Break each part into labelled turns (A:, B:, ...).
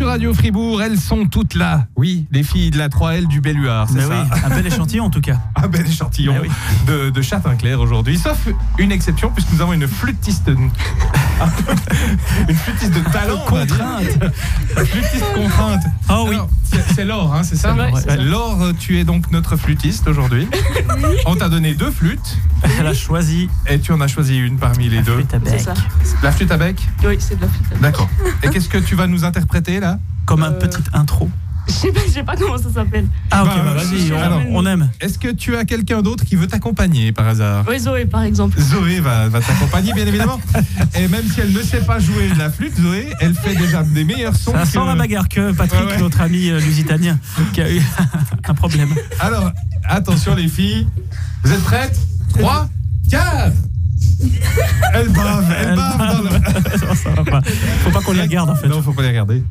A: Radio Fribourg, elles sont toutes là. Oui, les filles de la 3L du Belluard, c'est
B: Mais
A: ça
B: oui, un bel échantillon en tout cas.
A: Un bel échantillon
B: Mais oui.
A: de, de Châtain-Clair aujourd'hui, sauf une exception, puisque nous avons une flûtiste. une flûtiste de talent. on va dire.
B: Ah, Contrainte.
A: Une flûtiste contrainte.
B: Ah oui.
A: Alors, c'est- C'est Laure, hein, c'est ça
C: C'est vrai, c'est ça.
A: Laure, euh, tu es donc notre flûtiste aujourd'hui. On t'a donné deux flûtes
B: Elle a choisi
A: et tu en as choisi une parmi les
B: la
A: deux.
B: flûte à
C: C'est
B: bec.
C: ça.
A: La flûte à bec
C: Oui, c'est de la flûte.
A: D'accord. Et qu'est-ce que tu vas nous interpréter là
B: Comme un
C: Euh.
B: petit intro.
C: Je sais pas, je sais pas comment ça s'appelle.
B: Ah ok,
A: Bah,
B: bah,
A: si,
B: vas-y, on,
A: alors.
B: on aime.
A: Est-ce que tu as quelqu'un d'autre qui veut t'accompagner par hasard
C: Oui, Zoé, par exemple.
A: Zoé va, va t'accompagner, bien évidemment. Et même si elle ne sait pas jouer de la flûte, Zoé, elle fait déjà des meilleurs sons.
B: Ça
A: que-
B: sent Ah, la bagarre que Patrick,
A: Ouais, ouais.
B: notre ami euh, lusitanien, qui a eu un problème.
A: Alors, attention les filles. Vous êtes prêtes 3, 4 Elle bave, elle bave dans le-
B: Ça va pas. Faut pas qu'on les regarde en fait.
A: Non, faut pas les regarder.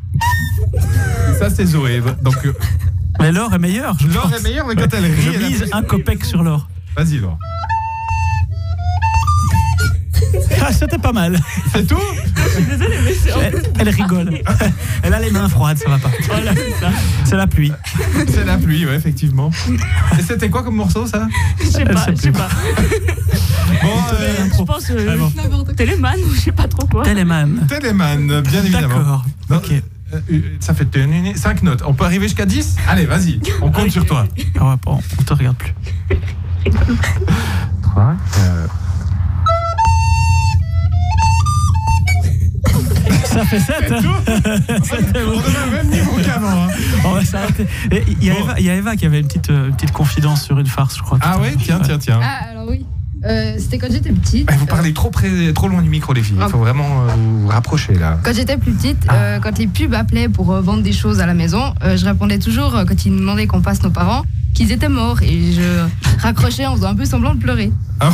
A: Ça, c'est Zoé. Donc, euh,
B: Mais l'or est meilleur. Je
A: Laure
B: pense.
A: est meilleure, mais quand elle rit,
B: Je
A: elle a-
B: mise un copec sur l'or.
A: Vas-y, Laure.
B: Ah, c'était pas mal.
A: C'est tout
C: Désolée, mais c'est.
B: Elle, elle rigole. Elle a les mains froides, ça va pas.
C: Voilà, c'est ça.
B: C'est la pluie.
A: C'est la pluie, ouais, effectivement. Et c'était quoi comme morceau, ça
C: Je sais pas, je sais pas.
A: Bon, euh,
C: Je pense.
B: Vraiment.
C: Euh,
D: N'importe quoi.
C: Téléman ou je sais pas trop quoi.
B: Teleman.
A: Telemann, bien évidemment.
B: D'accord.
A: Non,
B: Ok.
A: euh, euh, ça fait 5 notes. On peut arriver jusqu'à 10 Allez, vas-y, on compte sur toi.
B: Ah ouais, bon, on te regarde plus. Ça fait 7 hein. C'était
A: On
B: bon.
A: est au même niveau qu'avant. hein.
B: On va s'arrêter. Et Il y, a Eva- il y a Eva qui avait une petite, euh, une petite confidence sur une farce, je crois.
A: Ah ouais, tiens, tiens, tiens.
D: Ah, alors oui. Euh, C'était quand j'étais petite.
A: Eh, vous parlez trop, près, trop loin du micro, les filles. Il faut vraiment euh, vous rapprocher, là.
D: Quand j'étais plus petite, euh, quand les pubs appelaient pour euh, vendre des choses à la maison, euh, je répondais toujours, euh, quand ils nous demandaient qu'on passe nos parents, qu'ils étaient morts. Et je raccrochais en faisant un peu semblant de pleurer.
B: Ah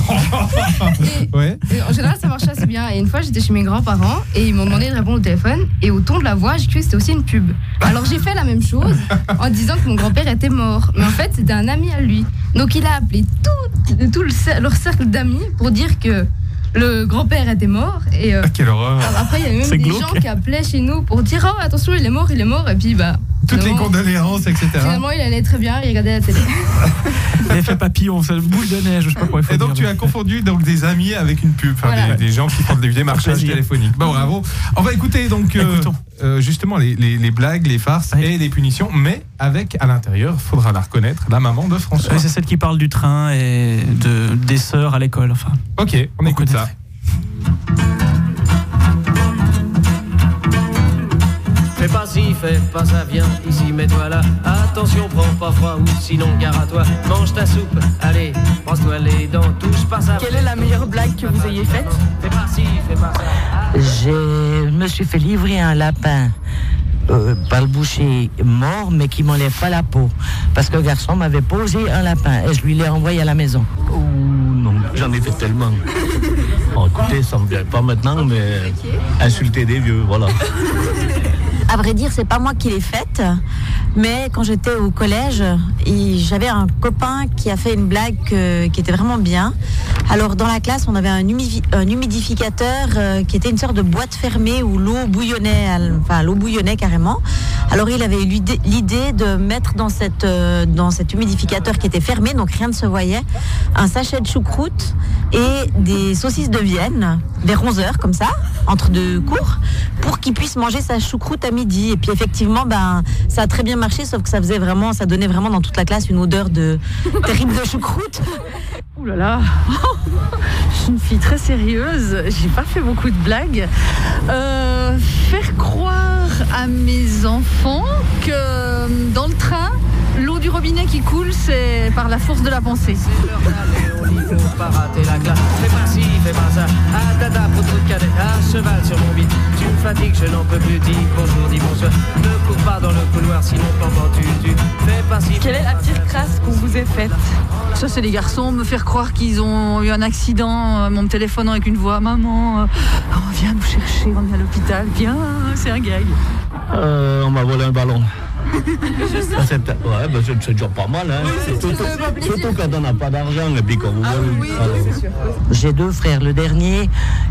D: Et,
A: ouais.
D: et en général, ça marchait assez bien. Et une fois, j'étais chez mes grands-parents et ils m'ont demandé de répondre au téléphone. Et au ton de la voix, j'ai cru que c'était aussi une pub. Alors j'ai fait la même chose en disant que mon grand-père était mort. Mais en fait, c'était un ami à lui. Donc il a appelé tout, tout le cer- leur cercle d'amis pour dire que le grand-père était mort. Et euh,
A: Ah, quelle horreur.
D: après, il y avait même
B: C'est
D: des
B: glauque.
D: gens qui appelaient chez nous pour dire Oh, attention, il est mort, il est mort. Et puis, bah.
A: Toutes les hein.
D: finalement-
A: condoléances, etc.
D: Finalement, il allait très bien, il regardait la télé.
B: L'effet papillon, c'est une boule de neige, je sais pas quoi il faut
A: Et donc,
B: dire.
A: tu as confondu donc, des amis avec une pub, enfin,
D: Voilà.
A: des, des gens qui font du démarchage
B: plaisir.
A: téléphonique. Bon, bravo. On va écouter donc euh,
B: Écoutons.
A: euh, justement les, les- les blagues, les farces
B: Ouais.
A: et les punitions, mais avec à l'intérieur, faudra la reconnaître, la maman de François.
B: Ouais, c'est celle qui parle du train et de, des sœurs à l'école. Enfin,
A: Ok, on,
B: On
A: écoute
B: connaît.
A: ça.
E: Fais pas si, fais pas ça, viens ici, mets-toi là. Attention, prends pas froid ou sinon gare à toi. Mange ta soupe, allez, brosse-toi les dents, touche pas ça.
F: Quelle est la meilleure blague que vous ayez faite
E: Fais pas si, fais pas ça.
G: Je me suis fait livrer un lapin euh, par le boucher mort, mais qui m'enlève pas la peau. Parce que le garçon m'avait posé un lapin et je lui l'ai envoyé à la maison.
H: Oh non, j'en ai fait tellement. Bon, écoutez, ça me vient pas maintenant, mais insulter des vieux, voilà.
I: À vrai dire, c'est pas moi qui l'ai faite, mais quand j'étais au collège, il- j'avais un copain qui a fait une blague que- qui était vraiment bien. Alors dans la classe, on avait un, humifi- un humidificateur euh, qui était une sorte de boîte fermée où l'eau bouillonnait, à l- enfin l'eau bouillonnait carrément. Alors il avait eu l'idée- l'idée de mettre dans, cette, euh, dans cet humidificateur qui était fermé, donc rien ne se voyait, un sachet de choucroute et des saucisses de Vienne vers 11h comme ça, entre deux cours, pour qu'il puisse manger sa choucroute à midi. Et puis effectivement, ben, ça a très bien marché, sauf que ça faisait vraiment, ça donnait vraiment dans toute la classe une odeur de terrible de choucroute.
F: Ouh là là Je suis une fille très sérieuse, j'ai pas fait beaucoup de blagues. Euh, faire croire à mes enfants que euh, dans le train, l'eau du robinet qui coule, c'est par la force de la pensée.
E: C'est l'heure d'aller, on y faut pas rater la classe. Fais pas si, fais pas ça. Ah, dada, pour toute cadette, à cheval sur mon bide. Tu me fatigues, je n'en peux plus. Dis bonjour, dis bonsoir. Ne cours pas dans le couloir, sinon pendant tu tu. Fais pas si.
F: Quelle
E: fais
F: est la
E: pas ça.
F: pire crasse qu'on vous ait faite Ça, c'est les garçons, me faire croire qu'ils ont eu un accident, euh, mon téléphone avec une voix, maman, euh, oh, viens nous chercher, on est à l'hôpital, viens, c'est un gag.
H: Euh, on m'a volé un ballon. Ça, c'est peut-être- ouais, ben, c'est- c'est déjà pas mal. Hein. surtout, surtout quand on n'a pas d'argent et puis qu'on vous vole. Alors,
G: J'ai deux frères. Le dernier,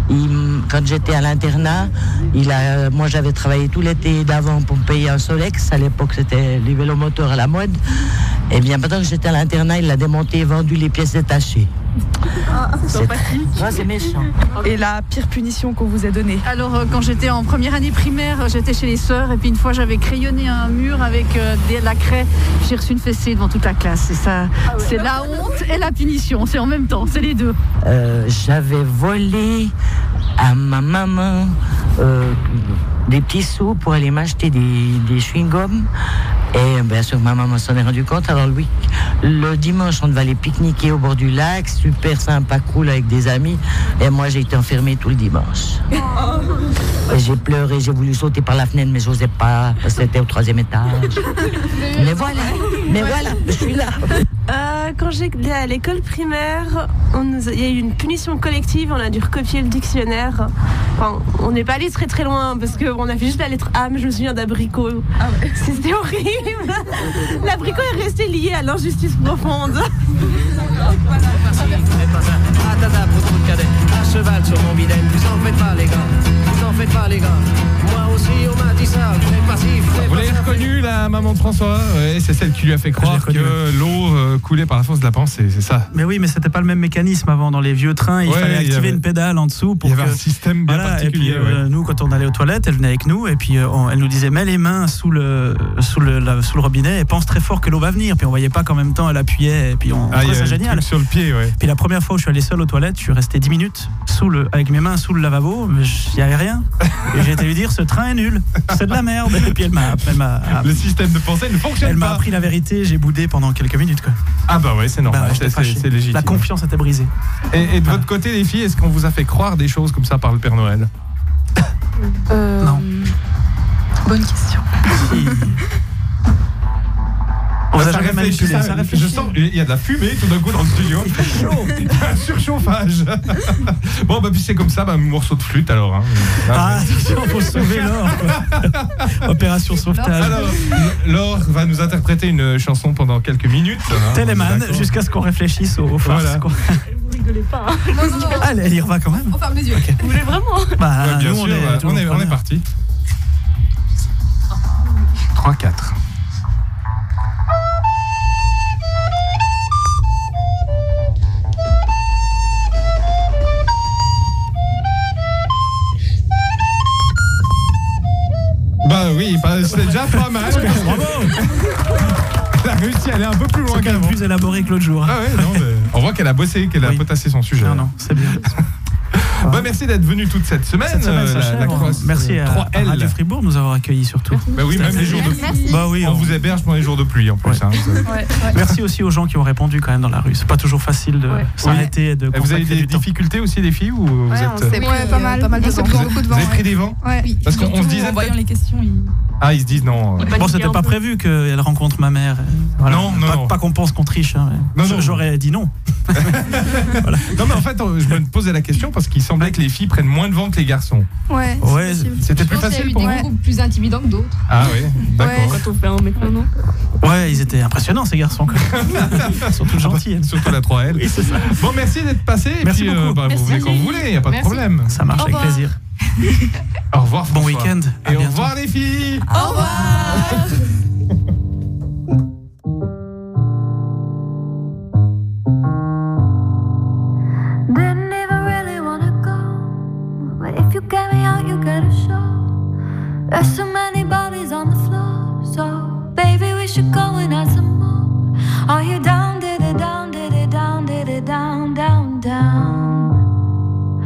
G: il m- quand j'étais à l'internat, il a, moi j'avais travaillé tout l'été d'avant pour me payer un Solex. À l'époque, c'était les vélos moteurs à la mode. Et bien, pendant que j'étais à l'internat, il l'a démonté et vendu les pièces détachées. C'est Ouais, c'est méchant.
J: Et la pire punition qu'on vous a donnée
F: Alors euh, quand j'étais en première année primaire, euh, j'étais chez les sœurs et puis une fois j'avais crayonné un mur avec euh, de la craie. J'ai reçu une fessée devant toute la classe et
I: Ah
F: ça, c'est la honte et la punition, c'est en même temps, c'est les deux.
G: Euh, j'avais volé à ma maman euh, des petits sous pour aller m'acheter des, des chewing-gums. Et bien sûr, ma maman s'en est rendue compte. Alors, le, week- le dimanche, on devait aller pique-niquer au bord du lac, super sympa, cool avec des amis. Et moi, j'ai été enfermée tout le dimanche. Et j'ai pleuré, j'ai voulu sauter par la fenêtre, mais j'osais pas. parce que C'était au troisième étage. mais voilà, mais voilà, je suis là.
I: Euh, quand j'étais à l'école primaire, on nous a- il y a eu une punition collective, on a dû recopier le dictionnaire. Enfin, on n'est pas allé très très loin parce qu'on a fait juste la lettre A, mais je me souviens d'abricot.
C: Ah
I: C'était horrible. L'abricot est resté lié à l'injustice profonde.
E: faites pas ça. Ah, dada, pour trop de cadets. À cheval sur mon bidet. Vous en faites pas, les gars. Vous en faites pas, les gars. Moi aussi, on m'a dit ça. Fais pas ci, fais
A: Vous
E: pas
A: l'avez
E: ça.
A: reconnue, la maman de François Ouais, C'est celle qui lui a fait croire
B: l'ai
A: que l'eau euh, coulait par la force de la pensée, c'est ça
B: Mais oui, mais c'était pas le même mécanisme avant. Dans les vieux trains, il
A: Ouais,
B: fallait
A: il y
B: activer
A: avait-
B: une pédale en dessous
A: Il
B: pour
A: y avait
B: que-
A: un système bien
B: Voilà, et puis
A: particulier. ouais.
B: euh, nous, quand on allait aux toilettes, elle venait avec nous et puis euh, on- elle nous disait mets les mains sous le, sous le, la- sous le robinet et pense très fort que l'eau va venir. Puis on voyait pas qu'en même temps elle appuyait et puis on
A: Ah, il y
B: trouvait
A: avait
B: ça
A: le
B: génial.
A: truc sur le pied, ouais.
B: Puis la première fois où je suis allé seul aux toilettes, je suis resté 10 minutes sous le, avec mes mains sous le lavabo, mais il n'y avait rien. Et j'ai été lui dire ce train est nul, c'est de la merde. Et puis elle m'a elle m'a-
A: Le système de pensée ne fonctionne
B: Ah. elle m'a
A: pas.
B: appris la vérité, j'ai boudé pendant quelques minutes. Quoi.
A: Ah bah ouais, c'est
B: Bah,
A: normal,
B: j'étais
A: c'est- c'est
B: fâché.
A: c'est légitime.
B: La Ah. confiance était brisée.
A: Et, et de votre côté, les filles, est-ce qu'on vous a fait croire des choses comme ça par le Père Noël
B: Non.
J: Bonne question.
B: On
A: Bah,
B: a jamais
A: réfléchit,
B: manipulé,
A: ça-
B: ça
A: Je
B: réfléchit.
A: sens, il y a de la fumée tout d'un coup dans le studio. Il fait chaud. Il y a un surchauffage. bon, bah puis c'est comme ça, bah, morceau de flûte alors. hein.
B: Ah, attention, faut sauver l'or. quoi. Opération sauvetage.
A: Alors, Laure va nous interpréter une chanson pendant quelques minutes. hein, on est
B: Téléman
A: d'accord.
B: jusqu'à ce qu'on réfléchisse aux, aux farces.
A: Voilà.
B: quoi.
C: Vous rigolez pas. hein.
D: Non, non, non,
B: Ah, elle elle y revient quand même.
D: on ferme les yeux.
C: Vous voulez vraiment
B: Bah,
A: Ouais, bien
B: nous,
A: sûr,
B: on est,
A: bah,
B: toujours
A: on est, on est
B: preneurs.
A: parti. 3, 4. Bah oui, bah, c'est déjà pas mal.
B: Bravo!
A: Elle a réussi à aller un peu plus loin
B: C'est quand même
A: qu'avant.
B: plus élaboré que l'autre jour. hein.
A: Ah ouais, non, mais on voit qu'elle a bossé, qu'elle a
B: Oui.
A: potassé son sujet.
B: Non, non, c'est bien.
A: Bah, merci d'être venu toute cette semaine.
B: Cette semaine,
A: euh,
B: ça
A: la-
B: chèvre.
A: la cross-
B: Merci à, à
A: 3L.
B: Radio euh, Fribourg de nous avoir accueillis surtout.
A: Bah oui, même les jours de
B: Bah oui,
A: On
B: on-
A: vous héberge pendant les jours de pluie en plus.
B: Ouais.
A: hein, vous avez-
B: merci aussi aux gens qui ont répondu quand même dans la rue. C'est pas toujours facile de s'arrêter et de
A: Et Vous avez
B: consacrer
A: des
B: du temps.
A: difficultés aussi, les filles ou vous,
J: Ouais,
A: êtes,
J: on
A: euh,
J: s'est pris
D: Oui,
J: euh,
D: pas mal,
J: de
D: on s'est
J: vent.
D: pris
A: vous,
D: Dans beaucoup de
A: vous avez
D: vent,
A: pris des vents
J: Ouais.
A: Parce qu'on on se disait.
J: En voyant les questions, ils-
A: Ah, ils se disent non. euh,
J: Bah,
B: Bon, c'était pas prévu qu'elle rencontre ma mère. Voilà.
A: Non, non,
B: Pas,
A: non.
B: pas qu'on pense qu'on triche. hein, mais
A: Non, non.
B: J'aurais dit non.
A: Non, mais en fait, euh, je me posais la question parce qu'il semblait que les filles prennent moins de vents que les garçons.
J: Ouais. c'est
B: Ouais,
J: possible.
A: C'était
D: Je
A: plus
D: pense qu'il y a
A: facile
D: eu
A: pour
D: des
A: vous.
D: groupes plus intimidants que d'autres.
A: Ah oui, d'accord.
C: Quand on fait un mètre maintenant.
B: Ouais, ils étaient impressionnants ces garçons. quoi. Ils sont tous
A: Ah bah.
B: gentils. hein.
A: Surtout la 3L. Bon, merci d'être passé. Et
B: Merci
A: puis,
B: beaucoup.
A: bah, vous
D: Merci.
A: venez quand vous voulez, il n'y a pas de
D: Merci.
A: problème.
B: Ça marche
J: Au
B: avec
J: revoir.
B: plaisir.
A: Au revoir.
B: Bon
A: François.
B: week-end. à
A: Et au
B: bientôt.
A: revoir, les filles.
I: Didn't even really wanna go, but if you get me out, you get a show. There's so many bodies on the floor, so baby, we should go and add some more. Are you down, did it down, did it down, did it down, down, down?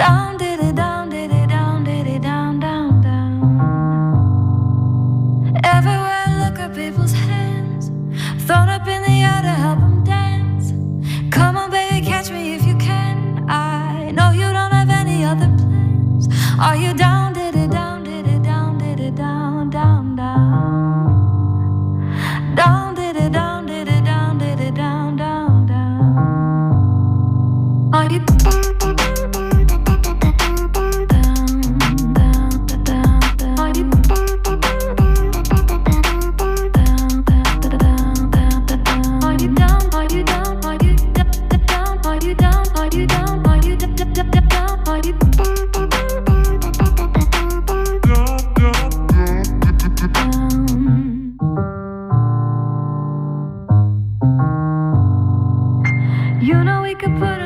I: Down, did it down, did it down, did it down, down, down. Everywhere I look at people's hands, thrown up in the air to help them dance. Come on, baby, catch me if you can. I know you don't have any other plans. Are you down, did it down, did it down, did it down, down, down? Down, did it down, did it down, did it down, down, down? Are you down, down, down, down? Are you You know we could put